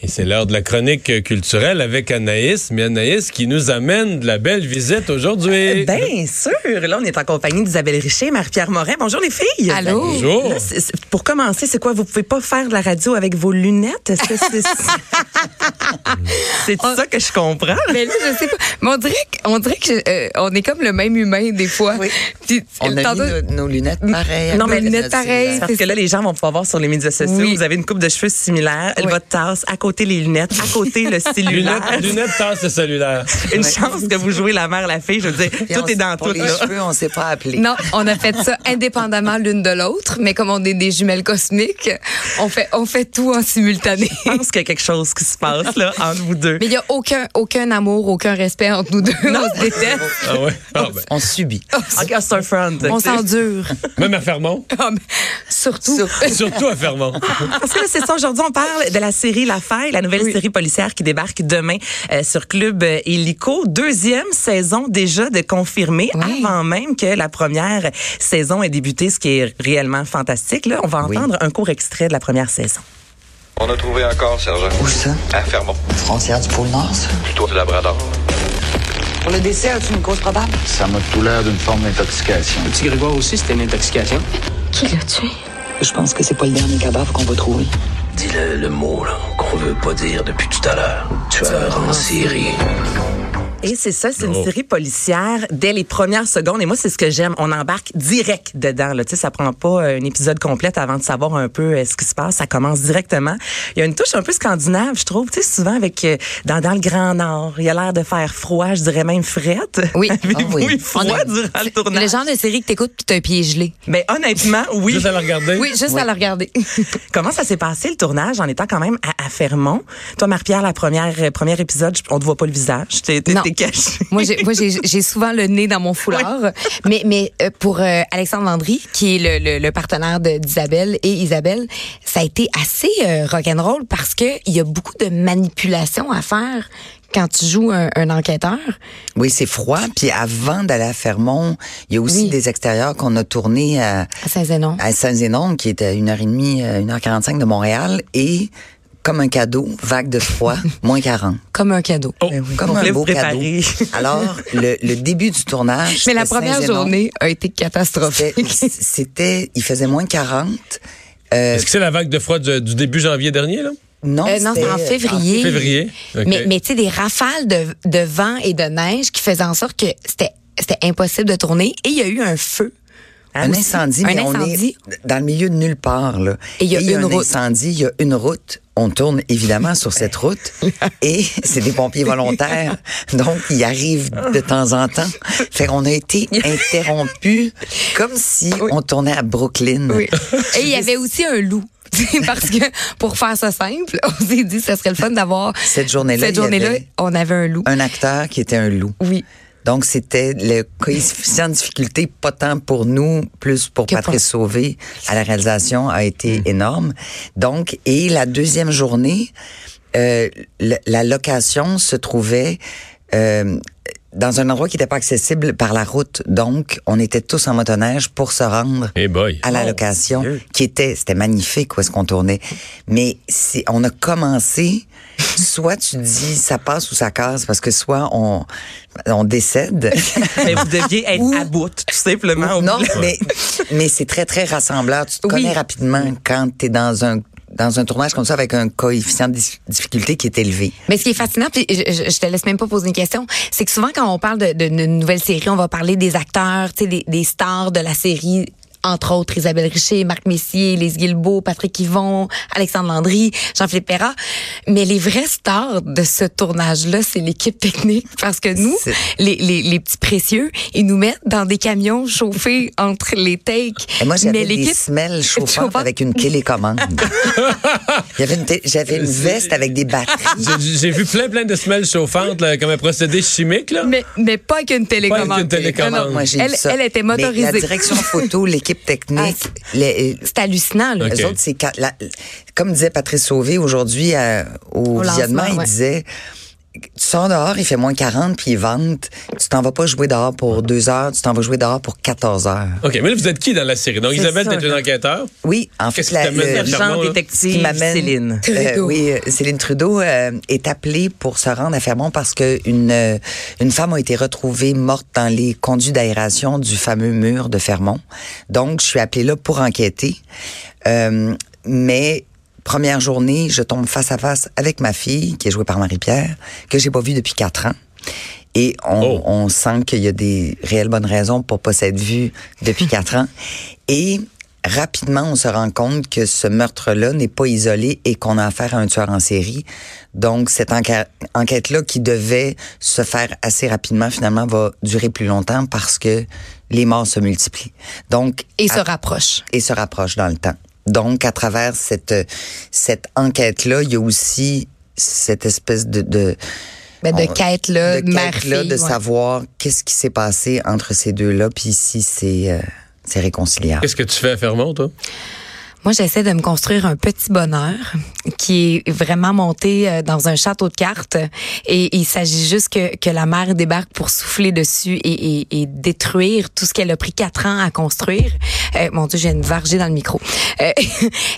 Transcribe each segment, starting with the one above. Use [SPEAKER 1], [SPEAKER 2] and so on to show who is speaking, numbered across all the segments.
[SPEAKER 1] Et c'est l'heure de la chronique culturelle avec Anaïs, mais Anaïs qui nous amène de la belle visite
[SPEAKER 2] Eh
[SPEAKER 1] aujourd'hui.
[SPEAKER 3] Eh
[SPEAKER 2] ben,
[SPEAKER 3] Bien sûr. Là, on est en compagnie d'Isabelle Richer, Marie-Pierre Morin. Bonjour les filles.
[SPEAKER 2] Allô?
[SPEAKER 1] Bonjour.
[SPEAKER 3] Là, c'est- c'est- pour commencer, c'est quoi? Vous pouvez pas faire de la radio avec vos lunettes? Est-ce que c'est... c'est ça que je comprends?
[SPEAKER 2] Mais là, je sais pas. Mais on dirait, que- on dirait que euh, on est comme le même humain des fois.
[SPEAKER 4] Oui.
[SPEAKER 2] Puis,
[SPEAKER 4] On a
[SPEAKER 2] tantôt-
[SPEAKER 4] mis nos, nos lunettes pareilles.
[SPEAKER 2] Non, mais
[SPEAKER 4] Nos
[SPEAKER 2] lunettes pareilles.
[SPEAKER 3] Parce que là, les gens vont pouvoir voir sur les médias sociaux.
[SPEAKER 2] Oui.
[SPEAKER 3] Vous avez une coupe de cheveux similaire,
[SPEAKER 2] Oui.
[SPEAKER 3] votre tasse, à côté les lunettes, à côté le cellulaire.
[SPEAKER 1] Lunettes, lunettes, tasse et cellulaire.
[SPEAKER 3] Une chance que vous jouez la mère, la fille. Je veux dire,
[SPEAKER 4] Puis on
[SPEAKER 3] tout est
[SPEAKER 4] s-
[SPEAKER 3] dans
[SPEAKER 4] pour
[SPEAKER 3] tout.
[SPEAKER 4] les
[SPEAKER 3] là.
[SPEAKER 4] cheveux, on s'est pas appelé.
[SPEAKER 2] Non, on a fait ça indépendamment l'une de l'autre, mais comme on est des jumelles cosmiques, on fait, on fait tout en simultané.
[SPEAKER 3] Je pense qu'il y a quelque chose qui se passe là, entre vous deux.
[SPEAKER 2] Mais il n'y a aucun, aucun amour, aucun respect entre nous deux. on se déteste.
[SPEAKER 1] Ah ouais? Ah ben,
[SPEAKER 4] On subit.
[SPEAKER 3] OK, c'est un front.
[SPEAKER 2] On s'endure.
[SPEAKER 1] Même à Fermont.
[SPEAKER 2] Ah, mais Surtout.
[SPEAKER 1] Surtout à Fermont.
[SPEAKER 3] Parce que là, c'est ça, aujourd'hui, on parle de la série La Faille, la nouvelle série policière qui débarque demain euh, sur Club euh, Illico. Deuxième saison déjà de confirmée,
[SPEAKER 2] Ouais.
[SPEAKER 3] avant même que la première saison ait débuté, ce qui est réellement fantastique. Là, on va entendre un court extrait de la première saison.
[SPEAKER 5] On a trouvé un corps, sergent.
[SPEAKER 4] Où ça?
[SPEAKER 5] À Fermont,
[SPEAKER 4] Frontière du pôle Nord, ça?
[SPEAKER 5] plutôt du Labrador.
[SPEAKER 4] Pour le décès, as-tu une cause probable?
[SPEAKER 6] Ça m'a tout l'air d'une forme d'intoxication.
[SPEAKER 7] Petit Grégoire aussi, c'était une intoxication.
[SPEAKER 4] Je pense que c'est pas le dernier cadavre qu'on va trouver.
[SPEAKER 7] Dis-le le mot là, qu'on veut pas dire depuis tout à l'heure. Tueur en série.
[SPEAKER 3] Et c'est ça, c'est une série policière dès les premières secondes. Et moi, c'est ce que j'aime. On embarque direct dedans. Là. Tu sais, ça prend pas euh, un épisode complet avant de savoir un peu euh, ce qui se passe. Ça commence directement. Il y a une touche un peu scandinave, je trouve. Tu sais, souvent avec euh, dans, dans le Grand Nord, il a l'air de faire froid. Je dirais même frette.
[SPEAKER 2] Oui.
[SPEAKER 3] Avez-vous
[SPEAKER 4] Ah oui.
[SPEAKER 3] eu froid
[SPEAKER 2] On a-
[SPEAKER 3] durant le tournage.
[SPEAKER 2] Le genre de série que t'écoutes puis t'as un pied gelé.
[SPEAKER 3] Mais honnêtement, oui.
[SPEAKER 1] Juste à la regarder.
[SPEAKER 2] Oui, juste à la regarder.
[SPEAKER 3] Comment ça s'est passé le tournage en étant quand même à, à Fermont? Toi, Marie-Pierre, la première euh, premier épisode, je- on te voit pas le visage. T'es t'es-
[SPEAKER 2] Non.
[SPEAKER 3] t'es cachée.
[SPEAKER 2] Moi, j'ai, moi, j'ai, j'ai souvent le nez dans mon foulard. Mais, mais euh, pour euh, Alexandre Landry, qui est le, le- le partenaire de- d'Isabelle et Isabelle, ça a été assez euh, rock'n'roll parce que il y a beaucoup de manipulations à faire quand tu joues un, un enquêteur.
[SPEAKER 4] Oui, c'est froid. Puis avant d'aller à Fermont, il y a aussi
[SPEAKER 2] Oui.
[SPEAKER 4] des extérieurs qu'on a tournés à,
[SPEAKER 2] À Saint-Zénon.
[SPEAKER 4] à Saint-Zénon, qui est à 1h30, euh, 1h45 de Montréal. Et comme un cadeau, vague de froid, moins 40.
[SPEAKER 2] Comme un cadeau.
[SPEAKER 1] Oh.
[SPEAKER 4] Ben oui, Comme
[SPEAKER 3] On voulait
[SPEAKER 4] un
[SPEAKER 3] vous
[SPEAKER 4] beau cadeau.
[SPEAKER 3] préparer.
[SPEAKER 4] Alors, le, le début du tournage.
[SPEAKER 2] Mais la
[SPEAKER 4] c'était
[SPEAKER 2] première
[SPEAKER 4] Saint-Zénon.
[SPEAKER 2] journée a été
[SPEAKER 4] C'était-
[SPEAKER 2] catastrophique.
[SPEAKER 4] C'était, il faisait moins 40. Euh,
[SPEAKER 1] Est-ce que c'est la vague de froid du, du début janvier dernier, là?
[SPEAKER 4] non,
[SPEAKER 2] Euh, non, c'est en
[SPEAKER 4] c'était-
[SPEAKER 2] février.
[SPEAKER 1] Février. OK.
[SPEAKER 2] Mais, mais tu sais, des rafales de, de vent et de neige qui faisaient en sorte que c'était, c'était impossible de tourner. Et il y a eu un feu.
[SPEAKER 4] Un incendie,
[SPEAKER 2] Un
[SPEAKER 4] mais
[SPEAKER 2] incendie.
[SPEAKER 4] on est dans le milieu de nulle part. Là.
[SPEAKER 2] Et il y a une
[SPEAKER 4] un
[SPEAKER 2] route.
[SPEAKER 4] incendie, il y a une route. On tourne évidemment sur cette route et c'est des pompiers volontaires. Donc, ils arrivent de temps en temps. Fait qu'on a été interrompus comme si on tournait à Brooklyn.
[SPEAKER 2] Oui. Et il y avait aussi un loup. Parce que pour faire ça simple, on s'est dit que ce serait le fun d'avoir
[SPEAKER 4] Cette journée-là,
[SPEAKER 2] Cette
[SPEAKER 4] il y
[SPEAKER 2] journée-là,
[SPEAKER 4] avait-
[SPEAKER 2] on avait un loup.
[SPEAKER 4] Un acteur qui était un loup.
[SPEAKER 2] Oui.
[SPEAKER 4] Donc, c'était le coefficient de difficulté, pas tant pour nous, plus pour
[SPEAKER 2] Que pour- Mm.
[SPEAKER 4] Patrice Sauvé à la réalisation, a été énorme. Donc, et la deuxième journée, euh, la, la location se trouvait euh, dans un endroit qui n'était pas accessible par la route. Donc, on était tous en motoneige pour se rendre
[SPEAKER 1] Eh boy.
[SPEAKER 2] Oh,
[SPEAKER 4] à la location, qui était, c'était magnifique où est-ce qu'on tournait. Mais c'est, on a commencé, soit tu dis ça passe ou ça casse, parce que soit on, on décède.
[SPEAKER 3] Mais Ben, vous deviez être
[SPEAKER 4] Ou-
[SPEAKER 3] à bout, tout simplement. au
[SPEAKER 4] non,
[SPEAKER 3] bout.
[SPEAKER 4] mais, mais c'est très, très rassembleur. Tu te
[SPEAKER 2] Oui.
[SPEAKER 4] connais rapidement quand t'es dans un, dans un tournage comme ça avec un coefficient de dis- difficulté qui est élevé.
[SPEAKER 2] Mais ce qui est fascinant, puis je, je- je te laisse même pas poser une question, c'est que souvent quand on parle de- de- d'une nouvelle série, on va parler des acteurs, tu sais, des, des stars de la série. Entre autres, Isabelle Richer, Marc Messier, Lise Guilbeault, Patrick Yvon, Alexandre Landry, Jean-Philippe Perra. Mais les vraies stars de ce tournage-là, c'est l'équipe technique. Parce que nous,
[SPEAKER 4] C'est-
[SPEAKER 2] les, les, les petits précieux, ils nous mettent dans des camions chauffés entre les takes.
[SPEAKER 4] Et moi,
[SPEAKER 2] Mais
[SPEAKER 4] j'avais des
[SPEAKER 2] l'équipe,
[SPEAKER 4] semelles chauffantes
[SPEAKER 2] chauffantes.
[SPEAKER 4] avec une télécommande. Il y avait une té- J'avais une veste avec des batteries.
[SPEAKER 1] J'ai- J'ai vu plein, plein de semelles chauffantes, là, comme un procédé chimique, là.
[SPEAKER 2] mais, mais pas avec une télécommande.
[SPEAKER 1] Pas avec une télécommande.
[SPEAKER 2] Non, non.
[SPEAKER 4] Moi, j'ai
[SPEAKER 2] elle,
[SPEAKER 4] eu ça.
[SPEAKER 2] elle était
[SPEAKER 4] Mais la
[SPEAKER 2] motorisée. Ah,
[SPEAKER 4] direction photo, l'équipe technique, les,
[SPEAKER 2] C'est hallucinant, là.
[SPEAKER 1] Ok.
[SPEAKER 4] eux autres, c'est quand- la- comme disait Patrice Sauvé aujourd'hui à- au,
[SPEAKER 2] Au lancement,
[SPEAKER 4] visionnement, il
[SPEAKER 2] ouais.
[SPEAKER 4] disait tu sors dehors, il fait moins 40, puis il vente. Tu t'en vas pas jouer dehors pour deux heures, tu t'en vas jouer dehors pour 14 heures.
[SPEAKER 1] OK, mais là, vous êtes qui dans la série? Donc,
[SPEAKER 3] C'est
[SPEAKER 1] Isabelle,
[SPEAKER 3] ça,
[SPEAKER 1] t'es une
[SPEAKER 3] là.
[SPEAKER 1] enquêteur.
[SPEAKER 4] Oui, en fait,
[SPEAKER 1] Qu'est-ce qui t'amène dans le
[SPEAKER 3] Genre
[SPEAKER 1] Charbon, là.
[SPEAKER 4] ce qui
[SPEAKER 3] détective
[SPEAKER 4] m'amène-
[SPEAKER 3] Céline.
[SPEAKER 4] Euh, oui, euh, Céline Trudeau euh, est appelée pour se rendre à Fermont parce que une euh, une femme a été retrouvée morte dans les conduits d'aération du fameux mur de Fermont. Donc, je suis appelée là pour enquêter. Euh, mais première journée, je tombe face à face avec ma fille qui est jouée par Marie-Pierre que j'ai pas vue depuis quatre ans. Et on,
[SPEAKER 1] Oh.
[SPEAKER 4] on sent qu'il y a des réelles bonnes raisons pour pas s'être vue depuis quatre ans. Et rapidement, on se rend compte que ce meurtre-là n'est pas isolé et qu'on a affaire à un tueur en série. Donc, cette enca- enquête-là qui devait se faire assez rapidement, finalement, va durer plus longtemps parce que les morts se multiplient. Donc,
[SPEAKER 2] Et
[SPEAKER 4] à-
[SPEAKER 2] se rapproche.
[SPEAKER 4] et se rapproche dans le temps. Donc, à travers cette, cette enquête-là, il y a aussi cette espèce de- de
[SPEAKER 2] Ben, de
[SPEAKER 4] On-
[SPEAKER 2] quête, là,
[SPEAKER 4] Ah de
[SPEAKER 2] mère
[SPEAKER 4] quête-là, de
[SPEAKER 2] fille, ouais.
[SPEAKER 4] savoir qu'est-ce qui s'est passé entre ces deux-là, puis si c'est euh, c'est réconciliable.
[SPEAKER 1] Qu'est-ce que tu fais à Fermont, toi?
[SPEAKER 2] Moi, j'essaie de me construire un petit bonheur qui est vraiment monté euh, dans un château de cartes. Et il s'agit juste que, que la mère débarque pour souffler dessus et, et- et détruire tout ce qu'elle a pris quatre ans à construire. Euh, mon Dieu, j'ai une vargée dans le micro. Euh,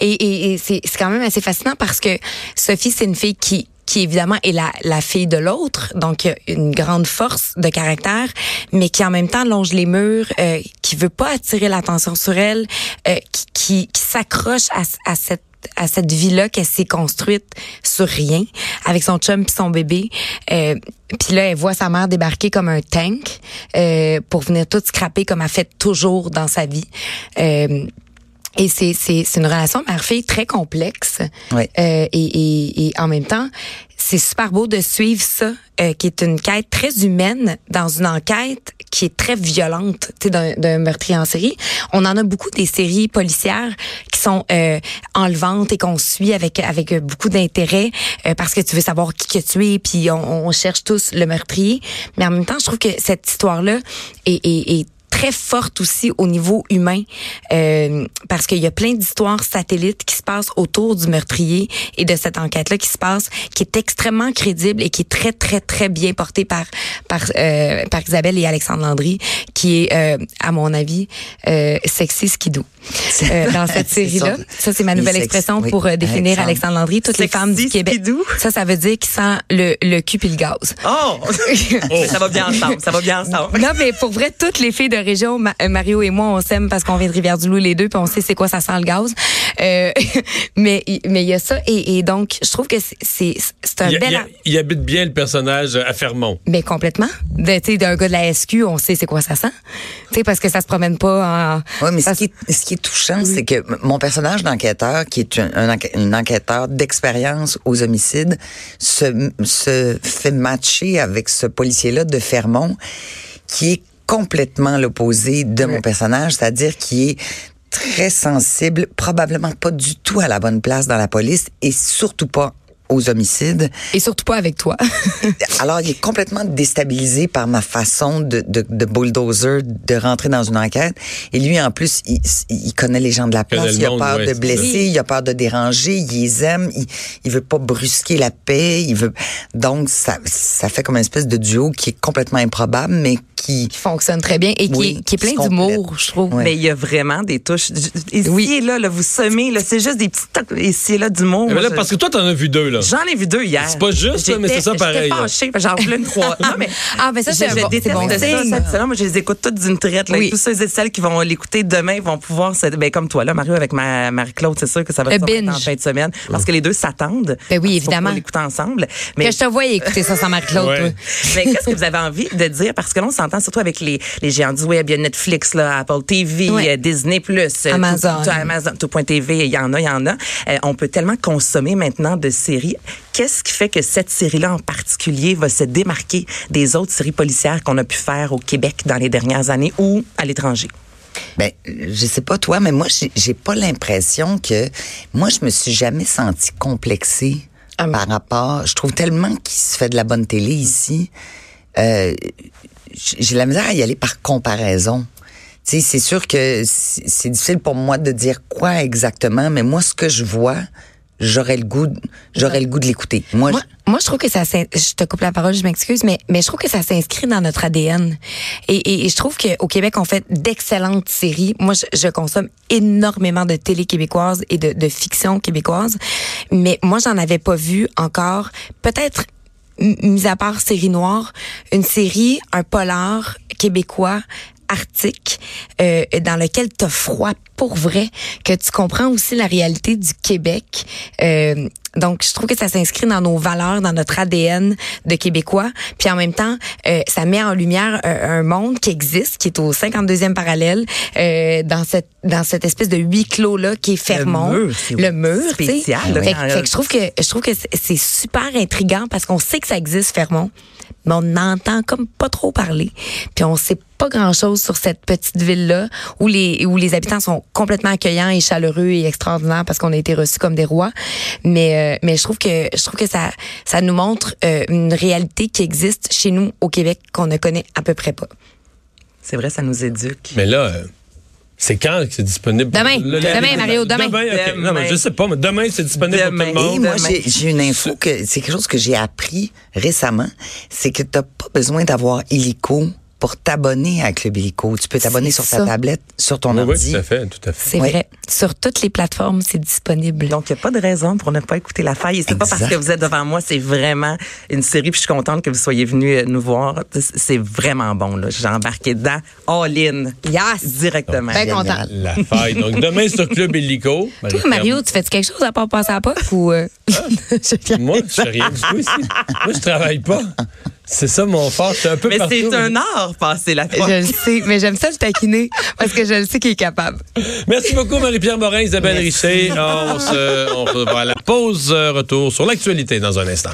[SPEAKER 2] et et- et c'est c'est quand même assez fascinant parce que Sophie, c'est une fille qui qui évidemment est la, la fille de l'autre, donc il y a une grande force de caractère, mais qui en même temps longe les murs, euh, qui veut pas attirer l'attention sur elle, euh, qui, qui, qui s'accroche à, à cette à cette vie-là qu'elle s'est construite sur rien, avec son chum puis son bébé. Euh, puis là, elle voit sa mère débarquer comme un tank euh, pour venir tout scraper comme elle fait toujours dans sa vie. Euh, et c'est c'est c'est une relation mère-fille très complexe.
[SPEAKER 4] Oui.
[SPEAKER 2] Euh, et, et, et en même temps, c'est super beau de suivre ça, euh, qui est une quête très humaine dans une enquête qui est très violente, tu sais, d'un- d'un meurtrier en série. On en a beaucoup des séries policières qui sont euh, enlevantes et qu'on suit avec avec beaucoup d'intérêt euh, parce que tu veux savoir qui que tu es, puis on, on cherche tous le meurtrier. Mais en même temps, je trouve que cette histoire-là est, est, est très forte aussi au niveau humain euh, parce qu'il y a plein d'histoires satellites qui se passent autour du meurtrier et de cette enquête là qui se passe qui est extrêmement crédible et qui est très très très bien portée par par euh, par Isabelle et Alexandre Landry qui est euh, à mon avis euh, sexy skidoo euh, dans cette
[SPEAKER 4] C'est
[SPEAKER 2] série là
[SPEAKER 4] sûr.
[SPEAKER 2] ça c'est ma
[SPEAKER 4] Il est
[SPEAKER 2] nouvelle
[SPEAKER 4] sexy,
[SPEAKER 2] expression
[SPEAKER 4] oui.
[SPEAKER 2] pour euh, définir
[SPEAKER 4] Alexandre.
[SPEAKER 2] Alexandre Landry toutes les
[SPEAKER 3] Sexy
[SPEAKER 2] femmes du Québec
[SPEAKER 3] skidoo.
[SPEAKER 2] ça ça veut dire qu'il sent le le cul puis le gaz
[SPEAKER 3] Oh! ça va bien ensemble, ça va bien
[SPEAKER 1] Ah.
[SPEAKER 3] ensemble.
[SPEAKER 2] non, mais pour vrai, toutes les filles de région, Ma- euh, Mario et moi, on s'aime parce qu'on vient de Rivière-du-Loup les deux, puis on sait c'est quoi ça sent le gaz. Euh, mais il mais il y a ça, et, et donc, je trouve que c'est- c'est c'est un
[SPEAKER 1] Il,
[SPEAKER 2] bel...
[SPEAKER 1] il-
[SPEAKER 2] ar-
[SPEAKER 1] il habite bien le personnage à Fermont.
[SPEAKER 2] Mais complètement. De- Tu sais, d'un gars de la SQ, on sait c'est quoi ça sent. Tu sais, parce que ça se promène pas en...
[SPEAKER 4] Oui, mais ce
[SPEAKER 2] parce-
[SPEAKER 4] qui, est- ce qui est touchant, c'est que m- mon personnage d'enquêteur, qui est un, un enquê- une enquêteur d'expérience aux homicides, se, se fait matcher avec ce policier-là de Fermont, qui est complètement l'opposé de mon personnage, c'est-à-dire qui est très sensible, probablement pas du tout à la bonne place dans la police et surtout pas aux homicides.
[SPEAKER 2] Et surtout pas avec toi.
[SPEAKER 4] Alors, il est complètement déstabilisé par ma façon de, de, de bulldozer de rentrer dans une enquête. Et lui, en plus, il, il connaît les gens de la
[SPEAKER 1] connaît
[SPEAKER 4] place.
[SPEAKER 1] le
[SPEAKER 4] Il a
[SPEAKER 1] monde,
[SPEAKER 4] peur
[SPEAKER 1] ouais,
[SPEAKER 4] de
[SPEAKER 1] c'est
[SPEAKER 2] ça.
[SPEAKER 4] blesser, il a peur de déranger, il les aime, il, il veut pas brusquer la paix. Il veut donc ça, ça fait comme une espèce de duo qui est complètement improbable, mais qui
[SPEAKER 2] qui fonctionne très bien et qui,
[SPEAKER 4] Oui,
[SPEAKER 2] est, qui est plein
[SPEAKER 4] qui se
[SPEAKER 2] d'humour,
[SPEAKER 4] complète.
[SPEAKER 2] je trouve.
[SPEAKER 4] Ouais.
[SPEAKER 3] Mais il y a vraiment des touches. Ici
[SPEAKER 2] Oui.
[SPEAKER 3] et là, là, vous semez, là, c'est juste des petits tocs ici et là du monde.
[SPEAKER 1] Eh ben là, parce que toi, t'en as vu deux, là.
[SPEAKER 3] J'en ai vu deux hier.
[SPEAKER 1] C'est pas juste, là, mais c'est ça
[SPEAKER 3] J'étais-
[SPEAKER 1] pareil, là.
[SPEAKER 3] J'étais fâchée, parce que j'en voulais une trois. Non, mais,
[SPEAKER 2] Ah, ben ça, c'est
[SPEAKER 3] je,
[SPEAKER 2] un
[SPEAKER 3] je
[SPEAKER 2] bon- c'est
[SPEAKER 3] déteste
[SPEAKER 2] bon
[SPEAKER 3] ça,
[SPEAKER 2] signe.
[SPEAKER 3] cette saison. Moi, je les écoute toutes d'une traite. là.
[SPEAKER 2] Oui.
[SPEAKER 3] Et Tous ceux et celles qui vont l'écouter demain vont pouvoir... se- Ben, comme toi, là, Mario, avec ma, Marie-Claude, c'est sûr que ça va
[SPEAKER 2] Le
[SPEAKER 3] sortir en
[SPEAKER 2] binge.
[SPEAKER 3] fin de semaine. Parce que les deux s'attendent. Parce qu'il
[SPEAKER 2] Ben oui,
[SPEAKER 3] faut
[SPEAKER 2] évidemment.
[SPEAKER 3] pouvoir l'écouter ensemble. Mais
[SPEAKER 2] Que je te voyais écouter ça sans Marc-Claude,
[SPEAKER 1] Ouais.
[SPEAKER 2] toi.
[SPEAKER 3] mais qu'est-ce que vous avez envie de dire? Parce que là, on s'entend surtout avec les, les géants du web. Il y a Netflix, là, Apple TV,
[SPEAKER 2] Ouais.
[SPEAKER 3] euh, Disney+, euh, tout-
[SPEAKER 2] Amazon.
[SPEAKER 3] Tout, tout Amazon, tout.tv, il y en a, il y en a. Euh, on peut tellement consommer maintenant de séries. Qu'est-ce qui fait que cette série-là en particulier va se démarquer des autres séries policières qu'on a pu faire au Québec dans les dernières années ou à l'étranger?
[SPEAKER 4] Ben, je sais pas toi, mais moi, j'ai- j'ai pas l'impression que. Moi, je me suis jamais sentie complexée
[SPEAKER 2] Ah Mm. oui.
[SPEAKER 4] par rapport. Je trouve tellement qu'il se fait de la bonne télé ici. Euh, j- j'ai la misère à y aller par comparaison. Tu sais, c'est sûr que c- c'est difficile pour moi de dire quoi exactement, mais moi, ce que je vois, j'aurais le goût, de- j'aurais le goût de l'écouter. Moi,
[SPEAKER 2] Moi,
[SPEAKER 4] je-
[SPEAKER 2] Moi, je trouve que ça, s'in- je te coupe la parole, je m'excuse, mais mais je trouve que ça s'inscrit dans notre ADN. Et, et- et je trouve qu'au Québec, on fait d'excellentes séries. Moi, je, je consomme énormément de télé québécoise et de, de fiction québécoise, mais moi, j'en avais pas vu encore. Peut-être m- mis à part série noire, une série, un polar québécois arctique euh, dans lequel t'as froid pour vrai, que tu comprends aussi la réalité du Québec. Euh, donc, je trouve que ça s'inscrit dans nos valeurs, dans notre ADN de Québécois. Puis en même temps, euh, ça met en lumière euh, un monde qui existe, qui est au 52e parallèle, euh, dans cette dans cette espèce de huis clos là qui est Fermont,
[SPEAKER 3] mur, c'est
[SPEAKER 2] le mur, tu sais.
[SPEAKER 3] spécial, là,
[SPEAKER 2] Fait-
[SPEAKER 3] quand-
[SPEAKER 2] fait que je trouve que je trouve que c'est- c'est super intriguant parce qu'on sait que ça existe Fermont, mais on n'entend comme pas trop parler. Puis on sait pas grand-chose sur cette petite ville-là où les où les habitants sont complètement accueillants et chaleureux et extraordinaires parce qu'on a été reçus comme des rois. Mais euh, mais je trouve que je trouve que ça ça nous montre euh, une réalité qui existe chez nous au Québec qu'on ne connaît à peu près pas.
[SPEAKER 3] C'est vrai, ça nous éduque.
[SPEAKER 1] Mais là, euh, c'est quand que c'est disponible? pour-
[SPEAKER 2] Demain.
[SPEAKER 1] Le- le-
[SPEAKER 2] Demain, Mario, demain.
[SPEAKER 1] ok.
[SPEAKER 3] Demain.
[SPEAKER 1] Non, mais je sais pas, mais demain, c'est disponible
[SPEAKER 3] Demain.
[SPEAKER 1] pour tout
[SPEAKER 4] Et
[SPEAKER 1] le monde.
[SPEAKER 4] moi, j'ai j'ai une info que c'est quelque chose que j'ai appris récemment, c'est que t'as pas besoin d'avoir illico pour t'abonner à Club Illico. Tu peux t'abonner
[SPEAKER 2] C'est
[SPEAKER 4] sur
[SPEAKER 2] ça.
[SPEAKER 4] ta tablette, sur ton
[SPEAKER 1] Oui, oui,
[SPEAKER 4] ordi.
[SPEAKER 1] tout à fait, tout à fait.
[SPEAKER 2] C'est
[SPEAKER 4] Ouais.
[SPEAKER 2] vrai. Sur toutes les plateformes, c'est disponible.
[SPEAKER 3] Donc, il n'y a pas de raison pour ne pas écouter la faille. Et c'est pas
[SPEAKER 4] Exact.
[SPEAKER 3] parce que vous êtes devant moi, c'est vraiment une série. Puis je suis contente que vous soyez venus euh, nous voir. C'est- C'est vraiment bon. Là. J'ai embarqué dedans, all-in,
[SPEAKER 2] yes.
[SPEAKER 3] directement.
[SPEAKER 2] Ben
[SPEAKER 4] Génial.
[SPEAKER 2] content.
[SPEAKER 1] La faille. Donc, demain, sur Club Illico.
[SPEAKER 2] Toi, Mario, tu fais-tu quelque chose à part passer à la POC ou... euh, je-
[SPEAKER 1] Moi, je fais rien du tout ici. Moi, je travaille pas. C'est ça mon fort. C'est un peu
[SPEAKER 3] Mais
[SPEAKER 1] partout.
[SPEAKER 3] c'est un art, passer la faille.
[SPEAKER 2] Je le sais, mais j'aime ça le taquiner parce que je le sais qu'il est capable.
[SPEAKER 1] Merci beaucoup, Marie-Pierre Morin, Isabelle Richer. On se on va à la pause. euh, Retour sur l'actualité dans un instant.